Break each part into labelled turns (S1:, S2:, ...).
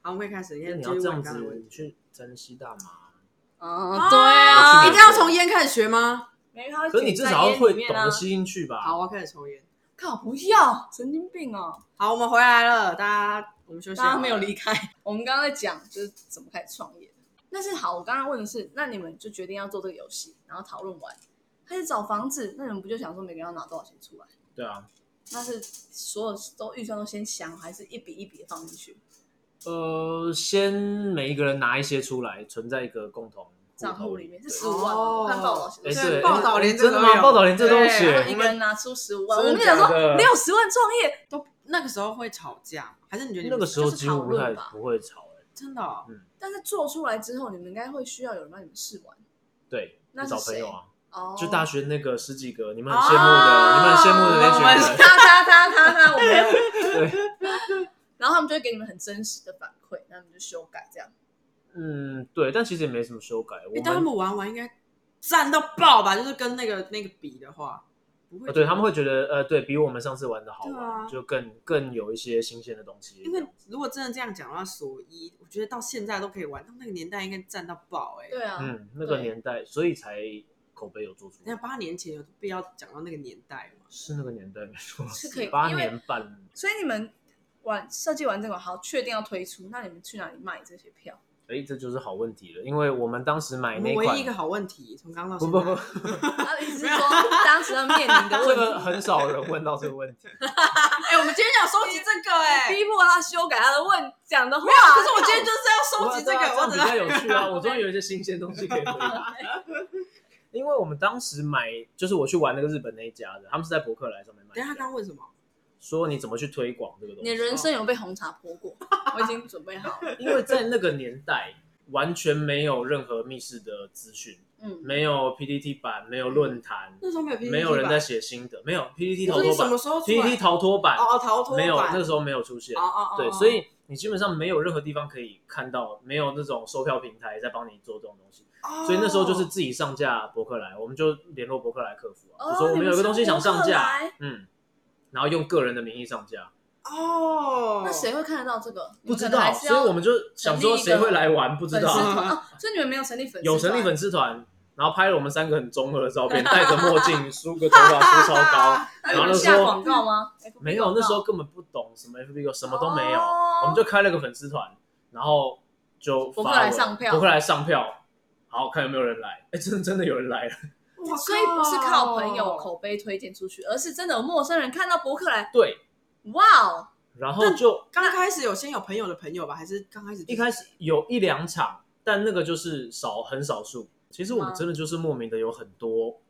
S1: 好，我们可以开始。你
S2: 那
S1: 先
S2: 你
S1: 继
S2: 要
S1: 续
S2: 这
S1: 问
S2: 样
S1: 你刚刚的问题。
S2: 子去珍惜大麻，
S3: 哦，对啊，
S1: 一定要从烟开始学吗？
S2: 嗯
S3: 没有，
S2: 可是你至少要会
S3: 啊
S2: 懂得吸进去吧？
S1: 好，我要开始抽烟。
S3: 靠，不要，神经病哦！
S1: 好，我们回来了，大家我们休息。
S3: 大家没有离。开。我们刚刚在讲就是怎么开始创业，但是好，我刚刚问的是，那你们就决定要做这个游戏，然后讨论完开始找房子，那你们不就想说每个人要拿多少钱出来？
S2: 对啊，
S3: 那是所有都预算都先想，还是一笔一笔地放进去？
S2: 呃，先每一个人拿一些出来，存在一个共同户
S3: 账
S2: 头
S3: 户里面是
S2: 对
S3: 十五万吗，
S1: 哦
S3: 我看报道写
S2: 哎
S3: 的
S1: 对
S3: 是
S2: 对，
S1: 报道连这
S2: 真的
S1: 都
S2: 吗？
S1: 有
S2: 报道连这都写
S1: 对，
S3: 一个人拿出十五万，
S2: 真
S3: 我
S2: 的
S3: 啊们就想说
S2: 假的
S3: 六十万创 业，
S1: 都那个时候会吵架，还是你觉得你
S2: 那
S1: 们
S2: 个时候几乎不太
S3: 就是讨论吧
S2: 不会吵哎、
S1: 真的哦？
S3: 但是做出来之后，你们应该会需要有人帮你们试玩
S2: 对，
S3: 那
S2: 就是找朋友啊，
S3: 哦。
S2: 就大学那个十几个，你们很
S1: 哦
S2: 羡慕的，你们很羡慕的
S3: 哦
S2: 那群
S1: 我
S2: 人，
S3: 他他他他他，我没有。
S2: 对，
S3: 然后他们就会给你们很真实的反馈，那你们就修改这样。
S2: 嗯，对，但其实也没什么修改，我
S1: 哎，当他
S2: 们。
S1: 们玩完应该赞到爆吧？就是跟那个那个比的话，不会
S2: 呃，对他们会觉得，呃，对比我们上次玩的好玩，
S1: 对啊
S2: 就更更有一些新鲜的东西。
S1: 因为如果真的这样讲的话，所一我觉得到现在都可以玩，到那个年代应该赞到爆哎、欸。
S3: 对啊，
S2: 嗯，那个
S3: 对
S2: 年代，所以才口碑有做出
S1: 那
S2: 来，
S1: 八年前有必要讲到那个年代吗？
S2: 是那个年代没错，
S3: 是可以
S2: 八
S3: 因为
S2: 年半，
S3: 所以你们玩设计完这个好，确定要推出，那你们去哪里卖这些 票？
S2: 哎，这就是好问题了，因为我们当时买
S1: 我
S2: 那
S1: 们唯
S2: 款
S1: 一一，个好问题，从刚刚到
S2: 不
S1: 现
S2: 不
S1: 在
S2: 不，
S3: 他的意思是说，当时要面临 的
S2: 这个
S3: 问题，
S2: 很少人问到这个 问题，
S1: 哎、我们今天想收集这个哎、
S3: 逼迫他修改他的问讲的话。
S1: 可是我今天就是要收集这
S2: 哇
S1: 个，
S2: 对啊
S1: 我
S2: 这
S1: 只
S2: 样比较
S1: 要
S2: 有趣啊！我终于有一些新鲜东西可以回答。因为我们当时买，就是我去玩那个日本那一家的，他们是在博客来上面买
S1: 等一下他
S2: 的，
S1: 刚问什么？
S2: 说你怎么去推广这个东
S3: 啊你的
S2: 西。
S3: 人生有被红茶泼过？我已经准备好了。
S2: 因为在那个年代，完全没有任何密室的资讯，
S3: 嗯，
S2: 没有 PPT 版，没有论坛，
S1: 那时候没有 PPT，
S2: 没有人在
S1: 吧
S2: 写新的，没有 PPT
S1: 我
S2: 逃
S1: 说你
S2: 脱
S1: 什么
S2: 版
S1: 时候出来
S2: ，PPT 逃脱版
S1: 哦哦逃脱版
S2: 没有，那个时候没有出现
S1: 哦。哦哦，
S2: 对，
S1: 哦
S2: 所以你基本上没有任何地方可以看到，没有那种售票平台在帮你做这种东
S1: 哦
S2: 西。所以那时候就是自己上架博客来，我们就联络博客来客服啊，
S3: 哦
S2: 就说我们有一个东西想上
S3: 你们
S2: 架
S3: 上博客来，
S2: 嗯，然后用个人的名义上架，
S1: 哦，
S3: 那谁会看得到这个？
S2: 不知
S3: 你可能
S2: 道，
S3: 还是
S2: 所
S3: 要
S2: 以我们就想说谁会来玩，不
S3: 粉
S2: 知
S3: 丝
S2: 道，
S3: 团哦，所以你们没有成立粉丝团，
S2: 有成立粉丝团。然后拍了我们三个很综合的照 片，戴着墨镜，梳个头发梳超高，
S3: 那
S2: 然
S3: 你
S2: 后
S3: 们
S2: 就
S3: 下
S2: 说
S3: 广告吗？
S2: 没有，那时候根本不懂什么 FB，什么都没有，
S3: 哦
S2: 我们就开了个粉丝团，然后就发
S3: 博客来
S2: 文
S3: 上票
S2: 博客来上票，好看有没有人来， 哎，真的真的有人来 了，
S1: 哇
S3: 所以不是靠朋友
S1: 靠
S3: 口碑推荐出去，而是真的有陌生人看到博客来，
S2: 对，
S3: 哇哦，
S2: 然后就
S1: 刚开始有先有朋友的朋友吧，还是刚开始
S2: 一开始有一两场，但那个就是少很少数。其实我们
S3: 嗯
S2: 真的就是莫名的有很多，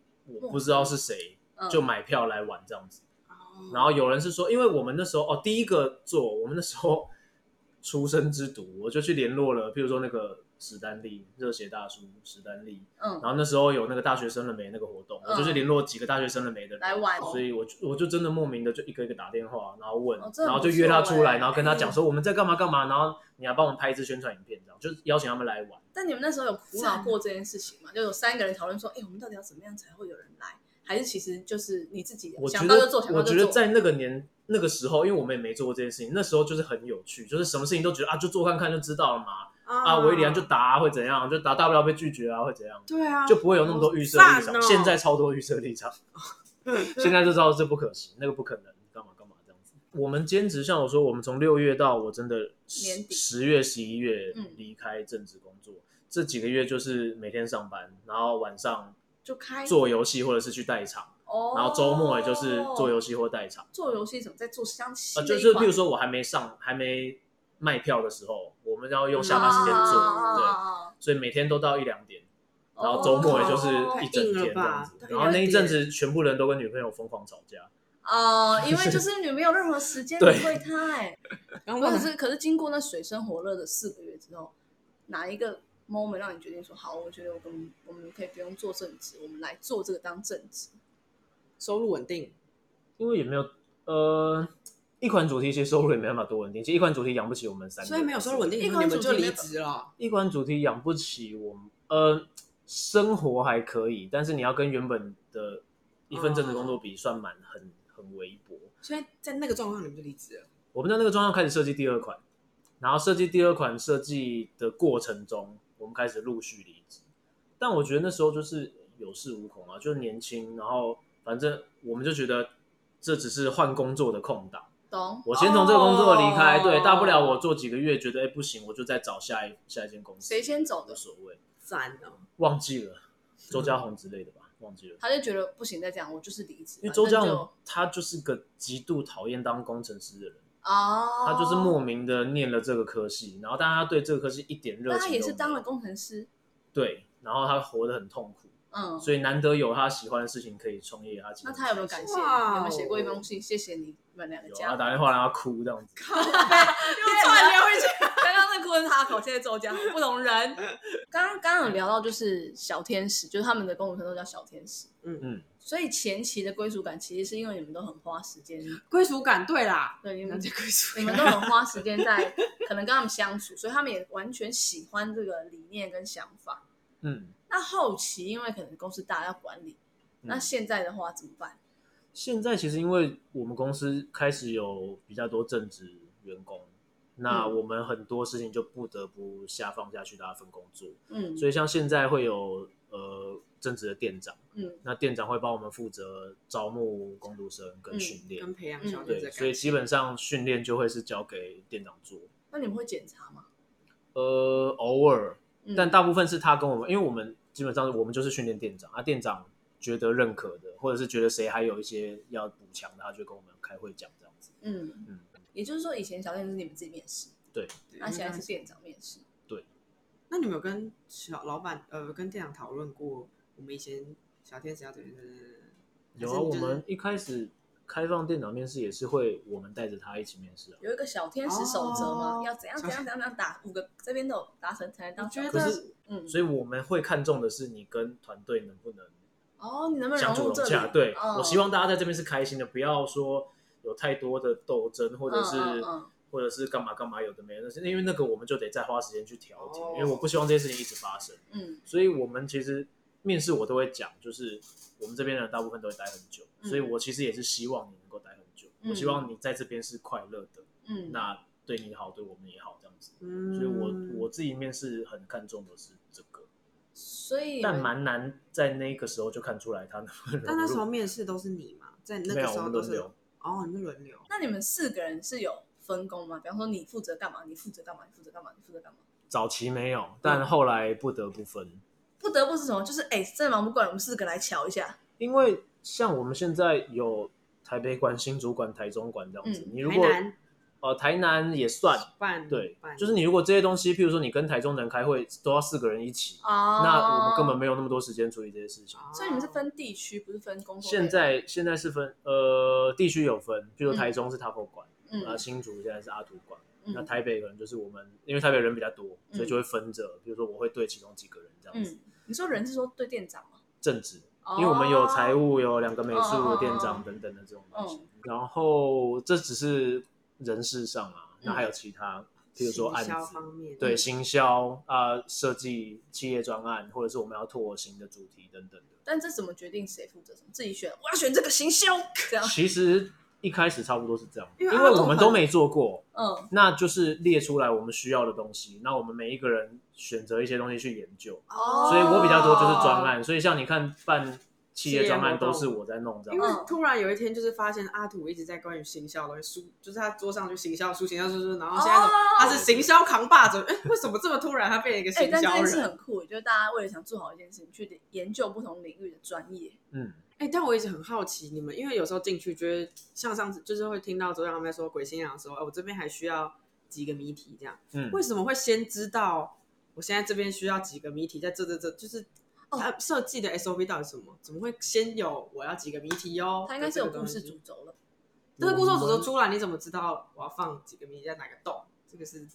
S2: 我不知道是谁
S3: 嗯
S2: 就买票来玩这样子。
S1: 哦
S2: 然后有人是说，因为我们那时候哦，第一个做我们那时候出生之毒，我就去联络了，譬如说那个史丹利热血大叔史丹利，
S3: 嗯，
S2: 然后那时候有那个大学生了没那个活动，
S3: 嗯
S2: 我就去联络几个大学生了没的人
S3: 来玩
S2: 所以我就我就真的莫名的就一个一个打电话，然后问，
S3: 哦这很
S2: 然后就
S3: 不
S2: 约他
S3: 错
S2: 出
S3: 欸
S2: 来，然后跟他讲说我们在干嘛干嘛，然后你还帮我们拍一支宣传影片，这样就是邀请他们来玩。
S3: 但你们那时候有苦恼过这件事情吗？就有三个人讨论说，哎，我们到底要怎么样才会有人来？还是其实就是你自己
S2: 我觉
S3: 想到就
S2: 得
S3: 做，想
S2: 我
S3: 到就
S2: 觉
S3: 做。
S2: 得在那个年那个时候，因为我们也没做过这件事情，那时候就是很有趣，就是什么事情都觉得啊就做看看就知道了嘛，啊维里安就打啊会怎样，就打大不了被拒绝啊会怎样，
S1: 对啊，
S2: 就不会有那么多预设
S1: 好
S2: 立
S1: 赞
S2: 场。
S1: 哦
S2: 现在超多预 设立场，
S1: 嗯
S2: 现在就知道这不可行，那个不可能，干嘛干嘛这样子。我们兼职，像我说，我们从六月到我真的
S3: 年底
S2: 十月、十一月
S3: 嗯
S2: 离开正职工作，这几个月就是每天上班，然后晚上
S3: 就开，
S2: 做游戏或者是去代场，
S3: 哦，
S2: 然后周末也就是做游戏或代场。
S3: 做游戏怎么在做相
S2: 呃，
S3: 亲的
S2: 就
S3: 一
S2: 是譬
S3: 款？
S2: 如说我还没上，还没卖票的时候，我们要用下班时间做，对，
S3: 啊，
S2: 所以每天都到一两点。
S3: 对
S2: 然后周末也就是
S1: 太
S2: 一整
S1: 硬
S2: 天
S1: 了
S2: 这样
S1: 吧
S2: 子
S1: 太。
S2: 然后那一阵子，全部人都跟女朋友疯狂吵架。
S3: 哦，因为就是你没有任何时间
S2: 对
S3: 理会他，哎，
S1: 然后
S3: 可
S2: 嗯
S1: 可
S3: 是可是经过那水深火热的四个月之后，哪一个 moment 让你决定说好？我觉得我们我们可以不用做正职，我们来做这个当正职。
S1: 收入稳定，
S2: 因为也没有呃，一款主题其实收入也没办法多稳定，其实一款主题养不起我们三个人，
S1: 所以没有收入稳定，
S3: 一
S1: 你
S3: 款
S1: 们就
S3: 主题没
S1: 离
S3: 有
S1: 职了。
S2: 一款主题养不起我们，呃，生活还可以，但是你要跟原本的一份正职工作比，算蛮很很微薄。
S1: 所以在那个状况，你们就离职了。
S2: 我们在那个状况开始设计第二款，然后设计第二款设计的过程中，我们开始陆续离职。但我觉得那时候就是有恃无恐啊，就是年轻，然后反正我们就觉得这只是换工作的空档。
S3: 懂？
S2: 我先从这个工作离开
S1: 哦
S2: 对，大不了我做几个月，觉得哎不行，我就再找下一下一间公司。
S3: 谁先走
S2: 无
S3: 的？
S2: 所谓，
S1: 赞哦，
S2: 忘记了周家宏之类的吧，忘记了。
S3: 他就觉得不行，再这样我就是离职。
S2: 因为周家
S3: 嗯反正
S2: 宏
S3: 就
S2: 他就是个极度讨厌当工程师的人，
S3: 哦，
S2: 他就是莫名的念了这个科系，然后但他对这个科系一点热
S3: 那
S2: 情
S3: 他
S2: 都
S3: 也是
S2: 没有
S3: 当了工程师，
S2: 对，然后他活得很痛苦，
S3: 嗯。
S2: 所以难得有他喜欢的事情可以创业，他其实啊
S3: 那他有没有感谢你？
S1: 哇哦
S3: 有没有写过一封信？谢谢你们两个
S2: 有
S3: 家
S2: 啊，。打电话让他哭这样子，
S1: 又
S3: 啊
S1: 串 联回去。
S3: 刚刚那哭人哈口，现在周家不同 人。刚刚刚刚有聊到就是小天使，就是他们的公主生都叫小天使。
S1: 嗯
S2: 嗯，
S3: 所以前期的归属感其实是因为你们都很花 时间，
S1: 归属感，对啦，
S3: 对你
S1: 了
S3: 们
S1: 解归属
S3: 你
S1: 感。
S3: 们都很花时间在可能跟他们相处，所以他们也完全喜欢这个理念跟想法。
S2: 嗯。
S3: 那后期因为可能公司大要管理，那
S2: 嗯
S3: 现在的话怎么办？
S2: 现在其实因为我们公司开始有比较多正职员工，那
S3: 嗯
S2: 我们很多事情就不得不下放下去，大家分工做。
S3: 嗯
S2: 所以像现在会有呃正职的店长，
S3: 嗯，
S2: 那店长会帮我们负责招募工读生跟训练，
S1: 嗯跟培
S3: 嗯
S1: 养小天使
S2: 对，
S1: 的
S2: 所以
S1: 感
S2: 基本上训练就会是交给店长做。
S3: 那你们会检查吗？
S2: 呃，偶尔，
S3: 嗯
S2: 但大部分是他跟我们，因为我们基本上我们就是训练店长啊，店长觉得认可的，或者是觉得谁还有一些要补强的，他就跟我们开会讲这样子。
S3: 嗯，
S2: 嗯，
S3: 也就是说以前小店是你们自己面试，
S1: 对
S3: 那现在是
S1: 应该
S3: 店长面试。
S1: 那你们有跟小老板呃跟店长讨论过我们以前小天使要怎么？
S2: 有
S1: 还是你
S2: 啊，我
S1: 就是
S2: 们一开始开放店长面试也是会我们带着他一起面试啊。
S3: 有一个小天使守则吗？
S1: 哦
S3: 要怎样怎样怎样怎样打五个，这边都有达成才
S1: 我
S3: 能当小
S1: 觉
S3: 天
S1: 得
S3: 使。
S2: 可是，
S3: 嗯，
S2: 所以我们会看重的是你跟团队能不能
S3: 哦，你能不能
S2: 相
S3: 融
S2: 处
S3: 入这
S2: 融洽。
S3: 里？
S2: 对，
S3: 嗯
S2: 我希望大家在这边是开心的，不要说有太多的斗争，或者是、
S3: 嗯嗯
S2: 或者是干嘛干嘛，有的没的，因为那个我们就得再花时间去调节，
S1: 哦
S2: 因为我不希望这些事情一直发生。
S3: 嗯
S2: 所以我们其实面试我都会讲，就是我们这边的人大部分都会待很久，
S3: 嗯
S2: 所以我其实也是希望你能够待很久，
S3: 嗯
S2: 我希望你在这边是快乐的，
S3: 嗯，
S2: 那对你好，对我们也好，这样子。
S1: 嗯，
S2: 所以我我自己面试很看重的是这个。
S3: 所以
S2: 但蛮难在那个时候就看出来他能不能
S1: 但那时候
S2: 融入
S1: 面试都是你嘛，在那
S2: 没
S1: 个
S2: 有
S1: 时
S2: 我
S1: 候
S2: 们
S1: 都
S2: 轮
S1: 是
S2: 流，
S1: 哦，你们轮流，
S3: 那你们四个人是有分工吗？比方说你负责干嘛，你负责干嘛，你负责干嘛，你负责干嘛？
S2: 早期没有，
S1: 嗯
S2: 但后来不得不分，
S3: 不得不是什么？就是哎、真的忙不过来，我们四个来瞧一下。
S2: 因为像我们现在有台北馆、新竹馆、台中馆这样子，
S3: 嗯
S2: 你如
S1: 台
S2: 果
S1: 南
S2: 呃台南也算
S1: 办
S2: 对
S1: 办，
S2: 就是你如果这些东西，譬如说你跟台中人开会都要四个人一起，
S3: 哦，
S2: 那我们根本没有那么多时间处理这些事情。
S1: 哦
S3: 所以你们是分地区，不是分工作内容。
S2: 现在现在是分呃地区有分，譬如说台中是 Taco 馆，
S3: 嗯
S2: 啊，新竹现在是阿土馆，
S3: 嗯
S2: 那台北可能就是我们，因为台北人比较多，
S3: 嗯
S2: 所以就会分着，比如说我会对其中几个人这样子
S3: 嗯，你说人是说对店长吗？
S2: 正职，
S3: 哦
S2: 因为我们有财务，有两个美
S1: 嗯
S3: 哦哦
S2: 术
S3: 哦
S2: 店长等等的这种东西
S3: 嗯。
S2: 然后这只是人事上啊，那还有其他，比如说
S1: 嗯
S2: 案
S1: 行销
S2: 子，
S1: 方嗯面，
S2: 对行销啊，设计企业专案，或者是我们要拓新的主题等等的。
S3: 但这怎么决定谁负责什么？自己选，我要选这个行销，这样。
S2: 其实一开始差不多是这样，
S1: 因
S2: 因
S1: 为
S2: 为
S1: 阿土
S2: 我们
S1: 很
S2: 都没做过，
S3: 嗯，
S2: 那就是列出来我们需要的东西，那我们每一个人选择一些东西去研究。
S1: 哦，
S2: 所以我比较多就是
S3: 哦
S2: 专案，所以像你看办企业专案都是我在弄这
S1: 因
S2: 样。
S1: 为
S3: 嗯
S1: 突然有一天，就是发现阿土一直在关于行销的东西，书就是他桌上就行销书、行销书书，然后现在
S3: 哦
S1: 怎么他是行销扛把子，哎，为什么这么突然他变成一个
S3: 哎、
S1: 行
S3: 但这
S1: 销
S3: 件事
S1: 人？
S3: 很酷，就是大家为了想做好一件事情，去研究不同领域的专业。
S2: 嗯，
S1: 哎、但我一直很好奇你们，因为有时候进去就会像上次，就是会听到周扬他们在说鬼新娘的时候，哎、我这边还需要几个谜题这样，
S2: 嗯
S1: 为什么会先知道我现在这边需要几个谜题，在这这这就是
S3: 哦
S1: 他设计的 SOP 到底是什么？怎么会先有我要几个谜题
S2: 哦
S1: 哟？
S3: 它应该是有故事
S1: 的这个东
S3: 主
S1: 西，
S3: 轴了。
S1: 但是故事主
S2: 我
S1: 轴
S2: 们
S1: 出来，你怎么知道我要放几个谜题在哪个洞？这个是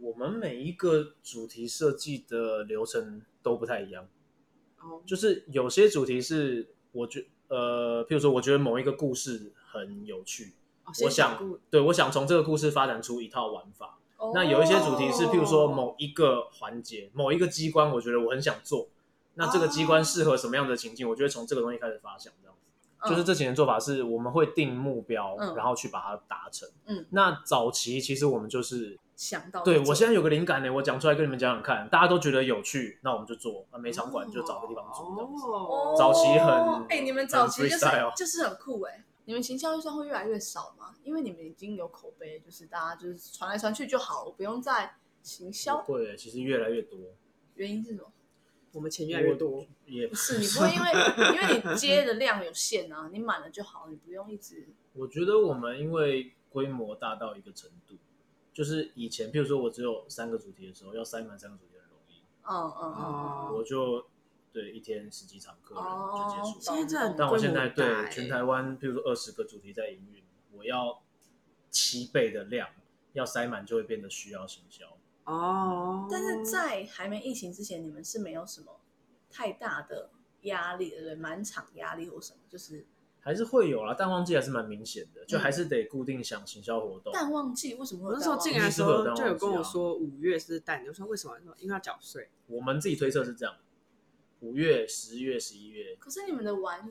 S2: 我们每一个主题设计的流程都不太一样，
S1: 哦，
S2: 就是有些主题是我觉呃，譬如说我觉得某一个故事很有趣，
S1: 哦
S2: 我
S1: 先讲
S2: 想
S1: 故
S2: 对我想从这个故事发展出一套玩法。
S3: 哦
S2: 那有一些主题是，
S1: 哦
S2: 譬如说某一个环节、某一个机关，我觉得我很想做，那这个机关适合什么样的情境，我就会从这个东西开始发想，这样子。
S3: 嗯
S2: 就是这几年做法是，我们会定目标，
S3: 嗯
S2: 然后去把它达成。
S3: 嗯
S2: 那早期其实我们就是
S3: 想到就
S2: 对
S3: 做
S2: 我现在有个灵感呢，我讲出来跟你们讲讲看，大家都觉得有趣，那我们就做。那没场馆就找个地方住这样子。
S1: 哦
S3: 哦，
S2: 早期很
S3: 哎、你们早期就是
S2: 很 freestyle
S3: 就是很酷哎、你们行销预算会越来越少吗？因为你们已经有口碑，就是大家就是传来传去就好了，不用再行
S1: 哦
S3: 销。
S2: 不会，其实越来越多，
S3: 原因是什么？
S1: 我们钱越来越多，
S2: 也
S3: 不是你不会因为因为你接的量有限啊，你满了就好，你不用一直
S2: 我觉得我们因为规模大到一个程度，就是以前，譬如说我只有三个主题的时候，要塞满三个主题很容易，
S3: 嗯嗯嗯
S1: 哦
S2: 我就对一天十几场课
S3: 哦
S2: 就结束
S1: 现
S2: 了。
S1: 在真的很
S2: 但我
S1: 规
S2: 现
S1: 模
S2: 在
S1: 很大
S2: 对
S1: 欸，
S2: 全台湾，譬如说二十个主题在营运，我要七倍的量要塞满，就会变得需要行销。
S1: 哦
S3: 嗯。，但是在还没疫情之前，你们是没有什么太大的压力，对不对？满场压力或什么，就是
S2: 还是会有啦，淡旺季还是蛮明显的，
S1: 嗯
S2: 就还是得固定想行销活动。
S3: 淡旺季为什么会
S1: 我
S3: 有
S1: 那时候
S3: 淡旺季
S1: 进来的时
S2: 一定是会有
S1: 候
S2: 淡
S1: 就有跟我
S2: 旺季啊
S1: 说五月是淡，我说为什么？他说因为要缴税。
S2: 我们自己推测是这样：五月、十月、十一月，
S3: 可是你们的玩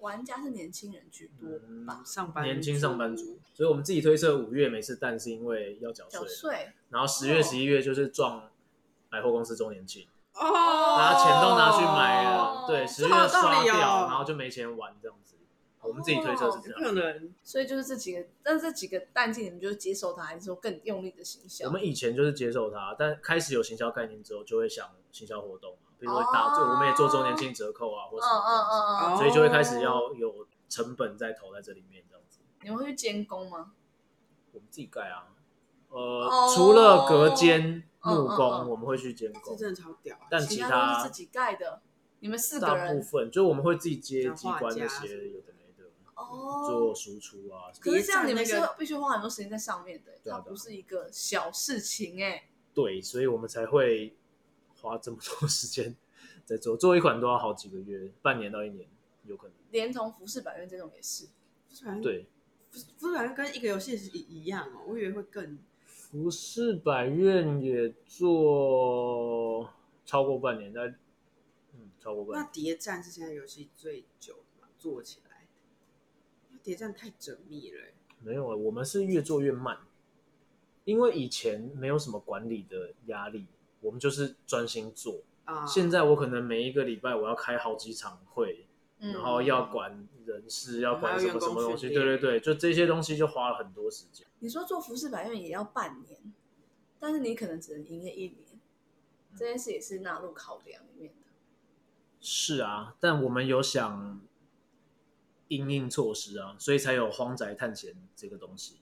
S3: 玩家是年轻人居多
S2: 嗯
S3: 吧？
S1: 上班
S2: 年轻上班
S3: 嗯
S2: 族，所以我们自己推测五月每次淡是因为要缴税
S3: 缴
S2: 了，
S3: 税
S2: 然后十月、十一月就是撞百货公司周年庆，
S1: 哦，
S2: 大家钱都拿去买
S3: 哦
S2: 了，对，十
S1: 这
S2: 月
S1: 好有道
S2: 刷
S1: 理
S2: 掉，
S1: 哦
S2: 然后就没钱玩这样子。我们自己推测是
S1: 有
S2: 这
S1: 可
S2: 样。
S1: 能
S3: 所以就是这几个，但是这几个淡季你们就接受它，还是说更用力的行销？
S2: 我们以前就是接受它，但开始有行销概念之后，就会想行销活动嘛，比如说打，
S3: 哦
S2: 对，我们也做周年庆折扣啊，或
S3: 嗯
S2: 什么这样子。
S3: 嗯嗯嗯，
S1: 哦
S2: 所以就会开始要有成本在投在这里面，这样子。
S3: 你们会去监工吗？
S2: 我们自己盖啊，呃，
S3: 哦
S2: 除了隔间木
S3: 嗯
S2: 工，
S3: 嗯嗯
S2: 我们会去监
S1: 这
S2: 工，
S1: 真的超屌啊！
S2: 但
S3: 其
S2: 其
S3: 他都
S2: 他
S3: 是自己盖的，你们四个
S2: 大部
S3: 人
S2: 分就我们会自己接
S1: 像
S2: 机
S1: 画
S2: 关那
S1: 家什
S2: 些
S1: 么
S2: 有的没的，做
S3: 哦。
S2: 输出啊什么。
S3: 可是这样你们
S1: 那
S3: 是
S1: 个
S3: 必须花很多时间在上面的，
S2: 对
S3: 它
S2: 啊
S3: 不是一个小事情哎。
S2: 对，所以我们才会花这么多 时间在做，做一款都要好几个月，半年到一年有可能。
S3: 连同服饰百院这种也是，
S1: 不然，
S2: 对，
S1: 不然跟一个游戏是一一样哦，我以为会更
S2: 服饰百院也做超过半年，在嗯超过半
S1: 那
S2: 年。
S1: 谍战是现在游戏最久的嘛，做起来，因为谍战太缜密了欸、
S2: 没有啊，我们是越做越慢，因为以前没有什么管理的压力，我们就是专心做。
S1: 啊！
S2: 现在我可能每一个礼拜我要开好几场会，
S3: 嗯，
S2: 然后要管人事，要管什么什么东西，
S1: 还有员工训练
S2: 对对对，就这些东西就花了很多时间。
S3: 你说做服饰百院也要半年，但是你可能只能营业一年，这件事也是纳入考量里面的。
S2: 是啊，但我们有想应应措施啊，所以才有荒宅探险这个东西。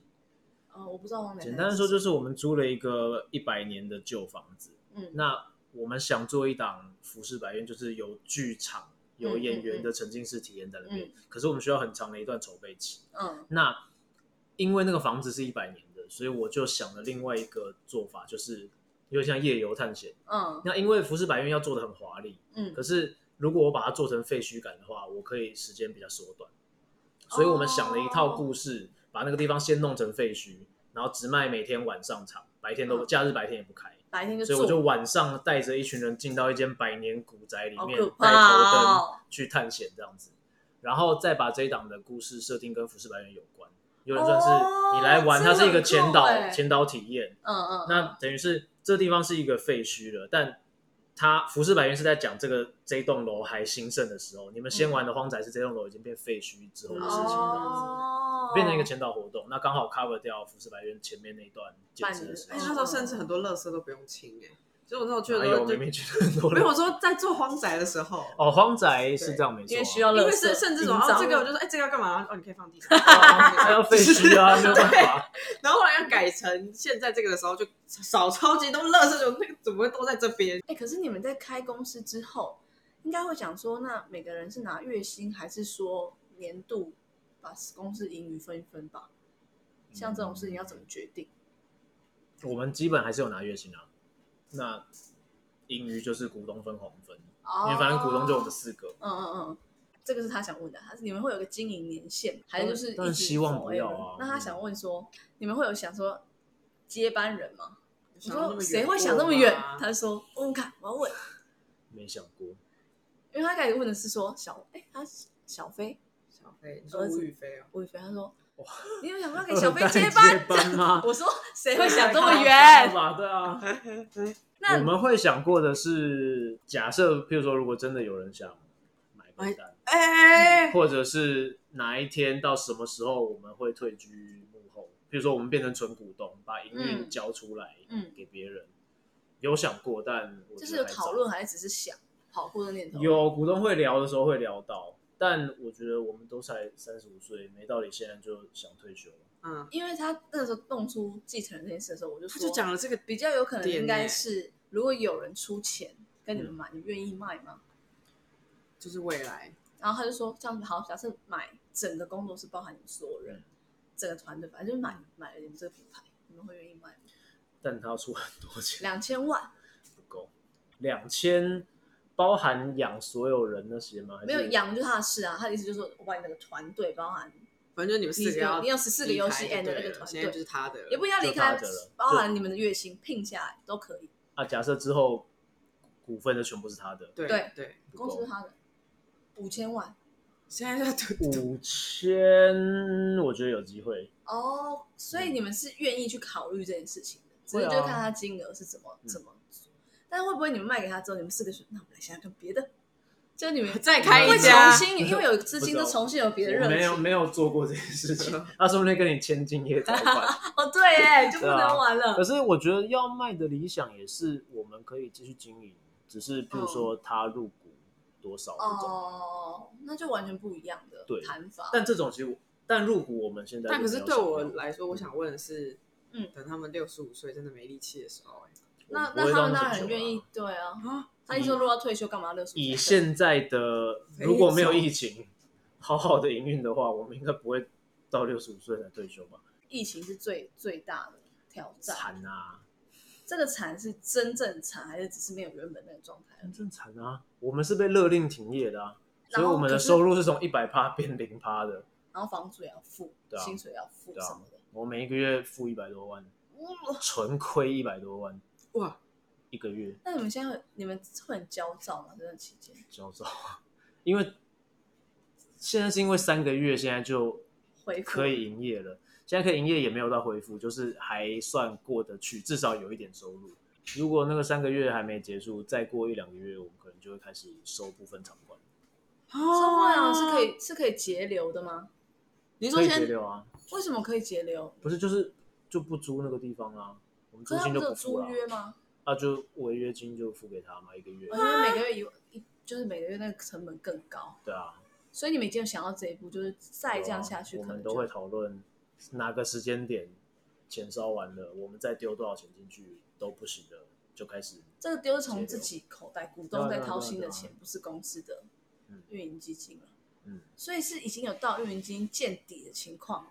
S3: 呃，我不知道王磊
S2: 简单的说，就是我们租了一个一百年的旧房子，
S3: 嗯，
S2: 那我们想做一档《浮世百院》，就是有剧场、有演员的沉浸式体验在那边。
S3: 嗯
S2: 可是我们需要很长的一段筹备期。
S3: 嗯
S2: 那因为那个房子是一百年的，所以我就想了另外一个做法，就是有点像夜游探险。
S3: 嗯
S2: 那因为《浮世百院》要做的很华丽，
S3: 嗯
S2: 可，是如果我把它做成废墟感的话，我可以时间比较缩短。所以我们想了一套故事，把那个地方先弄成废墟，然后只卖每天晚上场，白天都不、
S3: 嗯
S2: 假日白天也不开。
S3: 白天就
S2: 所
S3: 做，
S2: 以我就晚上带着一群人进到一间百年古宅里面
S3: 好可，
S2: 带
S3: 怕
S2: 头
S3: 哦
S2: 灯去探险这样子，然后再把这一档的故事设定跟《浮世百元》有关，有点算
S3: 哦
S2: 是你来玩，
S3: 这个
S2: 它是一个
S3: 很
S2: 前
S3: 酷欸
S2: 导前导体验。
S3: 嗯嗯，
S2: 那等于是这地方是一个废墟了，但它《浮世百元》是在讲这个这一栋楼还兴盛的时候，你们先玩的荒宅是这栋楼已经变废墟之后的事情这样子。
S3: 嗯哦，
S2: 变成一个前导活动，那刚好 cover 掉《浮世百元》前面那一段建设的时
S1: 而
S3: 半
S1: 且
S2: 候
S1: 那
S3: 年
S1: 时候甚至很多垃圾都不用清哎、所以我那时候觉
S2: 哪
S1: 得
S2: 有
S1: 都
S2: 明明觉得很多
S1: 没
S2: 人
S1: 有我说在做荒宅的时候，
S2: 哦，荒宅是这样没错、啊，
S3: 因为需要
S1: 因
S3: 乐
S1: 为
S3: 色，
S1: 甚甚至说
S3: 营造
S1: 哦这个我就说哎、这个要干嘛？哦你可以放地上，
S2: 还 要废墟啊，没有办法。
S1: 然后后来要改成现在这个的时候就少超级多垃圾，就那个怎么会都在这边？
S3: 哎、可是你们在开公司之后，应该会讲说，那每个人是拿月薪，还是说年度把公司盈余分一分吧？像这种事情要怎么决定？
S2: 我们基本还是有拿月薪啊，那盈余就是股东分红分，因为反正股东就我们
S3: 哦
S2: 四个，
S3: 嗯嗯嗯，这个是他想问的，他是你们会有个经营年限吗，还是就是
S2: 当然
S3: 一直
S2: 希望不
S3: forever？
S2: 要啊
S3: 那他想问说，你们会有想说接班人吗？我
S1: 想那么
S3: 说
S1: 远
S3: 谁会想那么远
S1: 过吗？
S3: 他说问问看，我要问，
S2: 没想过。
S3: 因为他开始问的是说小哎、他小飞
S1: 小飞，你说吴雨霏哦，
S3: 我也觉得他说你有想过要给小飞 接
S2: 班
S3: 班？
S2: 班啊吗？
S3: 我说谁会 想这么
S2: 没办
S3: 远？
S2: 法对啊，
S3: 那
S2: 我们会想过的是，假设譬如说，如果真的有人想买便当，
S1: 哎、
S2: 或者是哪一天到什么时候我们会退居幕后，譬如说我们变成纯股东，把营运
S3: 嗯
S2: 交出来
S3: 嗯
S2: 给别人，有想过，但我
S3: 就
S2: 觉
S3: 是
S2: 得
S3: 有
S2: 还
S3: 讨
S2: 早
S3: 论，还是只是想跑酷的念头？
S2: 有股东会聊的时候会聊到，但我觉得我们都才三十五岁，没道理现在就想退休。
S1: 嗯，
S3: 因为他那时候弄出继承人这件事的时候，我就
S1: 他
S3: 说
S1: 就讲了这个
S3: 比较有可能
S1: 点
S3: 应
S1: 欸
S3: 该是，如果有人出钱跟你们买，你愿意卖吗？
S1: 就是未来，
S3: 然后他就说这样子好，假设买整个工作室，包含你们所有人，
S2: 嗯
S3: 整个团队，反正就是买买了你们这个品牌，你们会愿意卖吗？
S2: 但他要出很多钱
S3: 两千万
S2: 不够，两千包含养所有人那些吗？还是
S3: 没有养就是他的事啊，他的意思就是说我把你那个团队，包含
S1: 反正就你们四个要
S3: 你有14个游戏
S1: 离开就
S3: and
S1: 对
S3: 那个
S1: 了
S3: 团
S1: 现在
S3: 队
S1: 就是他的了，
S3: 也不一定要离
S2: 就他
S3: 开
S2: 的了，
S3: 包含你们的月薪聘下来都可以，
S2: 啊，假设之后股份就全部是他的，
S1: 对
S3: 对
S1: 对，
S2: 不
S3: 公司
S2: 够
S3: 是他的五千万
S1: 现在要赌
S2: 五千，我觉得有机会。
S3: 哦，所以你们是愿意去考虑这件事情的，只
S2: 会
S3: 是
S2: 啊
S3: 就看他金额是怎么
S2: 嗯
S3: 怎么，但会不会你们卖给他之后，你们四个说那我们来想想看别的，就你们
S2: 嗯
S1: 再开
S3: 会
S1: 一
S3: 重
S1: 家，
S3: 新，因为有资金
S2: 不
S3: 就
S2: 知道
S3: 重新有别的热
S2: 我
S3: 情，
S2: 没有没有做过这件事 情，他说不定跟你千金也早款。
S3: 哦，对耶，就不
S2: 对啊
S3: 能玩 了
S2: 可。是我觉得要卖的理想也是我们可以继续经营，只是譬如说他入股多少这种，
S3: 哦，那就完全不一样的
S2: 对
S3: 谈法。
S2: 但这种其实我但入股我们现在
S1: 但可是
S2: 就没
S1: 对
S2: 有想
S1: 我
S2: 要
S1: 来说，我想问的是，
S3: 嗯
S1: 等他们六十五岁真的没力气的时候、哎，
S3: 那
S2: 我不
S3: 那
S2: 会
S3: 他
S2: 到
S3: 们
S2: 么
S3: 当然
S2: 久
S3: 很
S2: 啊
S3: 愿意，对啊。
S1: 啊，
S3: 他一说如果要退休，干嘛六十？
S2: 以现在的
S1: 可以
S2: 如果没有疫情，好好的营运的话，我们应该不会到六十五岁才退休吧？
S3: 疫情是最最大的挑战。
S2: 惨啊，
S3: 这个惨是真正惨，还是只是没有原本那个状态而
S2: 真
S3: 已？
S2: 正惨啊！我们是被勒令停业的啊，
S3: 然
S2: 所
S3: 后
S2: 以我们的
S3: 可是
S2: 收入是从一百趴变零趴的，
S3: 然后房租也要付，
S2: 对啊
S3: 薪水也要付
S2: 对
S3: 什
S2: 啊
S3: 么的。，
S2: 我每一个月付一百多万，
S3: 哇
S2: 纯亏一百多万
S1: 哇，
S2: 一个月，
S3: 那你们现在会你们会很焦躁吗？这段期间？
S2: 焦躁，因为现在是因为三个月现在就
S3: 恢复
S2: 可以营业了，现在可以营业也没有到恢复，就是还算过得去，至少有一点收入。如果那个三个月还没结束，再过一两个月，我们可能就会开始收部分场馆，
S3: 收费啊是可
S1: 哦，
S3: 以是可以节流的吗？
S1: 你
S2: 可
S1: 说
S2: 以节
S1: 先
S2: 流啊，
S3: 为什么可以节流？
S2: 不是就是就不租那个地方啦、我们租
S3: 可是他
S2: 金
S3: 们
S2: 就
S3: 有
S2: 不付
S3: 租
S2: 了，
S3: 约吗？
S2: 啊就违约金就付给他嘛，一个月
S3: 我，觉得每个月一一就是每个月那个成本更高，
S2: 对啊，
S3: 所以你们已经有想到这一步，就是再这样下去，
S2: 对啊
S3: 可
S2: 我
S3: 能
S2: 们
S3: 就
S2: 都会讨论哪个时间点钱烧完了，我们再丢多少钱进去都不行了，就开始
S3: 这个丢是从自己口袋，股东在掏新
S2: 对
S3: 的
S2: 啊对啊对啊
S3: 钱，不是公司的
S2: 嗯
S3: 运营基金了。
S2: 嗯。
S3: 所以是已经有到运营基金见底的情况了。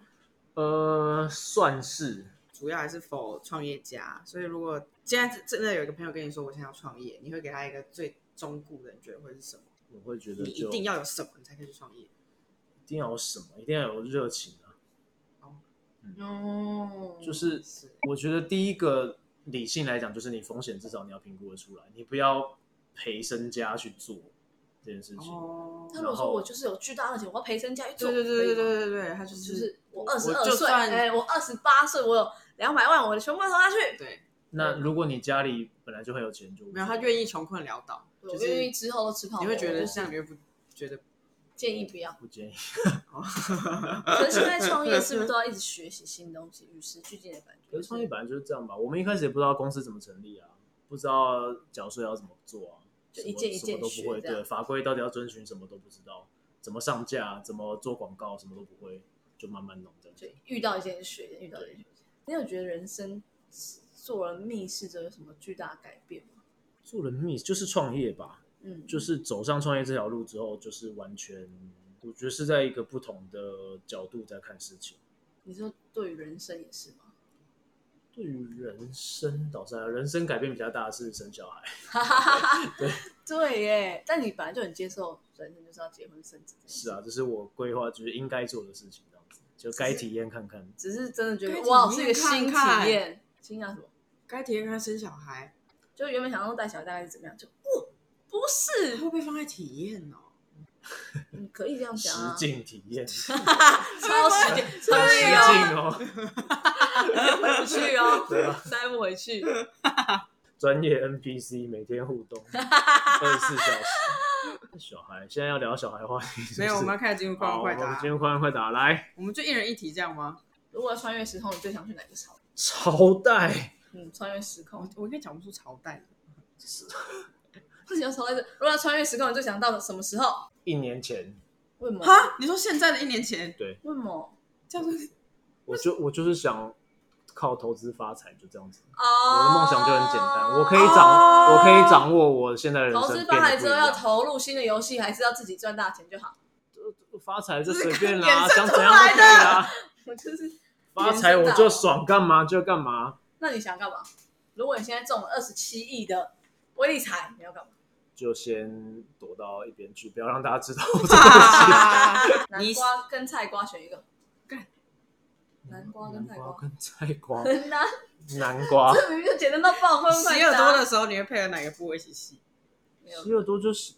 S2: 呃，算是
S1: 主要还是否创业家，所以如果现在真的有一个朋友跟你说我现在要创业，你会给他一个最忠固的，你觉得会是什么？
S2: 我会觉得
S1: 你
S2: 就
S1: 一定要有什么，你才可以去创业？
S2: 一定要有什么，一定要有热情啊。
S3: 哦，
S2: 就是
S1: 是
S2: 我觉得第一个理性来讲，就是你风险至少你要评估得出来，你不要赔身家去做这件事情。
S1: 哦，
S3: 他如果
S2: 然
S3: 说
S2: 后
S3: 我就是有巨大的钱，我要赔身家去做，
S1: 对对对对
S3: 可以吗
S1: 对对对，他就
S3: 就是是我二十
S1: 我
S3: 二
S1: 就
S3: 岁，
S1: 算
S3: 哎，我二十八岁，我有两百万，我的全部投下去，
S1: 对，
S2: 那如果你家里本来就很有钱，就
S1: 没有他
S2: 意
S1: 愿意穷困潦倒，
S3: 我
S1: 就是
S3: 愿意之后都吃泡
S1: 你
S3: 面。
S1: 会觉
S3: 我
S1: 得
S3: 就是
S1: 像你会不觉得
S3: 建议不要。
S2: 不建议。
S3: 可是现在创业是不是都要一直学习新东西，与时俱进的感觉？
S2: 可是创业本来就是这样吧，我们一开始也不知道公司怎么成立啊，不知道缴税要怎么做啊，
S3: 就
S2: 什么
S3: 一件一件
S2: 什么都不会，
S3: 学这样
S2: 对法规到底要遵循什么都不知道，怎么上架，啊怎么做广告，什么都不会，就慢慢弄这样。
S3: 就遇到一件就学一件，遇到一件就学一件。你有觉得人生做了密室之后有什么巨大的改变吗？
S2: 做人密就是创业吧，
S3: 嗯，
S2: 就是走上创业这条路之后，就是完全，我觉得是在一个不同的角度在看事情。
S3: 你说对于人生也是吗？
S2: 对于人生导致啊人生改变比较大的是生小孩，
S3: 对耶，但你本来就很接受人生就是要结婚生子，
S2: 是，啊，这是我规划就是应该做的事情，这样子就该体验看看。
S3: 只是真的觉
S1: 可以
S3: 得
S1: 体
S3: 哇
S1: 验
S3: 是一个新体
S1: 看
S3: 验，新啊什么？
S1: 该体验他生小孩，
S3: 就原本想要带小孩大概是怎么样，就哦不是
S1: 会，不会放在体验哦？
S3: 你可以这样
S2: 实
S3: 讲啊，
S2: 境体验，实
S3: 超时间，
S1: 对
S3: 超
S1: 对
S3: 时
S1: 啊
S3: 哦，
S2: 境哦，
S3: 回不去哦
S2: 对啊，
S3: 塞不回去。
S2: 专业 NPC 每天互 动二十四小时。小孩，现在要聊小孩话题是不是，
S1: 没有，我们要开始进入快问
S2: 好，
S1: 快
S2: 我们
S1: 答
S2: 今。天快问快答来，
S1: 我们就一人一题这样吗？
S3: 如果要穿越时空，你最想去哪个朝代？
S2: 朝代，
S3: 嗯，穿越时空
S1: 我，哦我应该讲不出朝代。
S3: 不行，朝代是。如果要穿越时空，你最想到什么时候？
S2: 一年前，
S3: 为什么？
S1: 哈，你说现在的一年前
S3: 为什么？
S1: 这样说，
S2: 我就我就是想靠投资发财，就这样子。
S3: 哦，
S2: 我的梦想就很简单，我可以
S3: 找。
S2: 掌，
S1: 哦
S2: 我可以掌握我现在的人
S3: 投
S2: 生
S3: 资
S2: 变得
S3: 发财
S2: 不
S3: 之
S2: 一
S3: 后要
S2: 样。
S3: 投入新的游戏，还是要自己赚大钱就好？
S2: 发财就
S1: 这是
S2: 随便啦，
S1: 衍生
S2: 想
S1: 出
S2: 怎样都可
S1: 来
S2: 以
S1: 的
S2: 啦。
S3: 我就是，
S2: 发财我就爽，干嘛就干嘛，
S3: 那你想干嘛？如果你现在中了二十七亿的威力彩，你要干嘛？
S2: 就先躲到一边去，不要让大家知道我这 个
S1: 啊
S3: 南
S1: 你
S3: 瓜跟菜瓜选一个，
S1: 干
S3: 南瓜跟菜瓜
S2: 跟菜 瓜，
S3: 很难，
S2: 南瓜，
S3: 这明明就简单到爆，快问快答
S1: 洗耳朵的时候，你会配合哪个部位一起洗？
S3: 没有，
S2: 洗耳朵就是，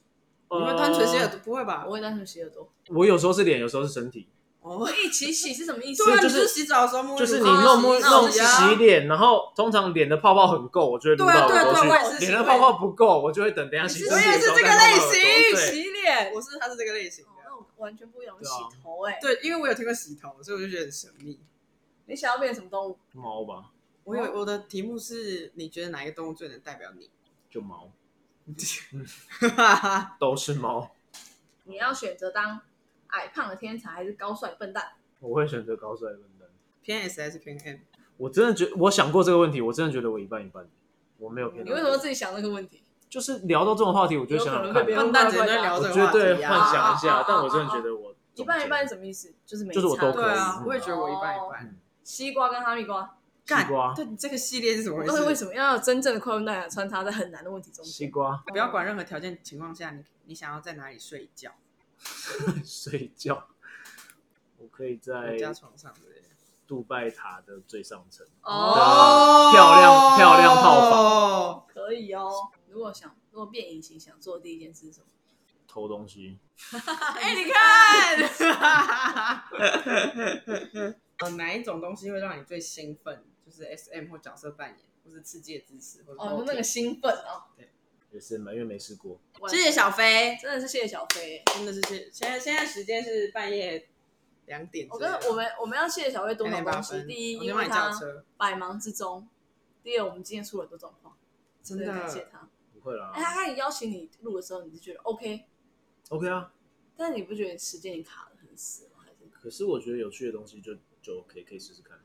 S1: 你
S2: 呃
S1: 会单纯洗耳朵？不会吧
S3: 我？会单纯洗耳朵，
S2: 我有时候是脸，有时候是身体，
S1: 哦，
S3: 一起洗是什么意思？
S1: 对啊，你
S2: 就是
S1: 是洗澡的时候摸，
S2: 就是你
S3: 哦
S2: 弄摸
S3: 洗
S2: 弄
S3: 洗
S2: 洗脸，然后通常脸的泡泡很够，我就会撸
S1: 对
S2: 到
S1: 啊对啊
S2: 耳朵
S1: 对啊，我也
S2: 去。
S1: 是
S2: 脸
S1: 洗
S2: 的
S1: 过。
S2: 泡泡不够，我就会等等一下洗身
S1: 我
S2: 体
S1: 也
S2: 的
S1: 是
S2: 时候
S1: 这个
S2: 再弄到耳
S1: 类
S2: 朵。
S1: 型，
S2: 对
S1: 洗脸，我是他是这个类型
S3: 哦
S1: 的。
S3: 那我完全不一样，我
S2: 对啊
S3: 洗头哎、
S1: 对，因为我有听过洗头，所以我就觉得很神秘。
S3: 你想要变成什么动物？
S2: 猫吧，
S1: 我有我的题目是，你觉得哪一个动物最能代表 你？
S2: 就猫，
S1: 哈哈哈，
S2: 都是猫。
S3: 你要选择当矮胖的天才，还是高帅笨蛋？
S2: 我会选择高帅伦敦。
S1: 偏 S 还是偏 M？
S2: 我真的觉我想过这个问题，我真的觉得我一半一半，我没有偏
S3: 你
S2: 袒。
S3: 为什么自己想这个问题？
S2: 就是聊到这种话题，我就想
S3: 有
S2: 想
S3: 可能
S2: 看
S3: 被，别人
S1: 笨蛋只能在聊
S2: 我
S1: 这个
S2: 绝
S1: 话
S2: 对
S1: 题
S2: 幻
S1: 啊。
S2: 想一
S3: 啊啊啊
S2: 下
S3: 啊，
S2: 但我真的觉得我 中
S3: 一
S2: 间
S3: 半一半是什么意思？就是没
S2: 就是我
S3: 差哦
S2: 都可
S1: 对
S2: 以
S1: 啊，
S2: 嗯
S1: 我也觉得我一半一半。
S2: 嗯
S3: 西瓜跟哈密瓜，
S2: 西
S1: 干
S2: 瓜，
S1: 对你这个系列是怎么回
S3: 但是为
S1: 事？
S3: 什么要有真正的快问快答穿插在很难的问题中
S2: 西
S3: 间？
S2: 瓜
S1: 不要管任何条件情况下，你你想要在哪里睡觉？
S2: 睡觉。我可以在
S1: 我家床上之类的。
S2: 杜拜塔的最上层，
S3: 哦，
S2: 啊漂亮漂亮套啊
S1: 房。
S3: 可以哦。如果想如果变隐形，想做的第一件事是什么？
S2: 偷东西。
S1: 哎， 你看，呃，哪一种东西会让你最兴奋？就是 S M 或角色扮演，或是刺激的知识，或者
S3: 哦，那个兴奋哦，
S2: 也是嘛，因为没试过。
S1: 谢谢小飞，
S3: 真的是谢谢小飞耶。
S1: 真的是谢。现在现在时间是半夜两点之
S3: 我
S1: 类
S3: 跟
S1: 的，
S3: 我们我们要谢谢小飞多
S1: 两点
S3: 少
S1: 八
S3: 东西？
S1: 分。
S3: 第一，
S1: 我先
S3: 因
S1: 帮
S3: 为
S1: 你叫
S3: 他
S1: 车，
S3: 百忙之中；第二，我们今天出了很多状况，
S1: 真
S3: 所以感谢
S1: 的。
S3: 他。
S2: 不会啦
S3: 哎，他开始邀请你录的时候，你就觉得 OK，
S2: ，OK 啊。
S3: 但是你不觉得时间你卡的很死吗？还是
S2: 可是我觉得有趣的东西就就 OK，可以试试看。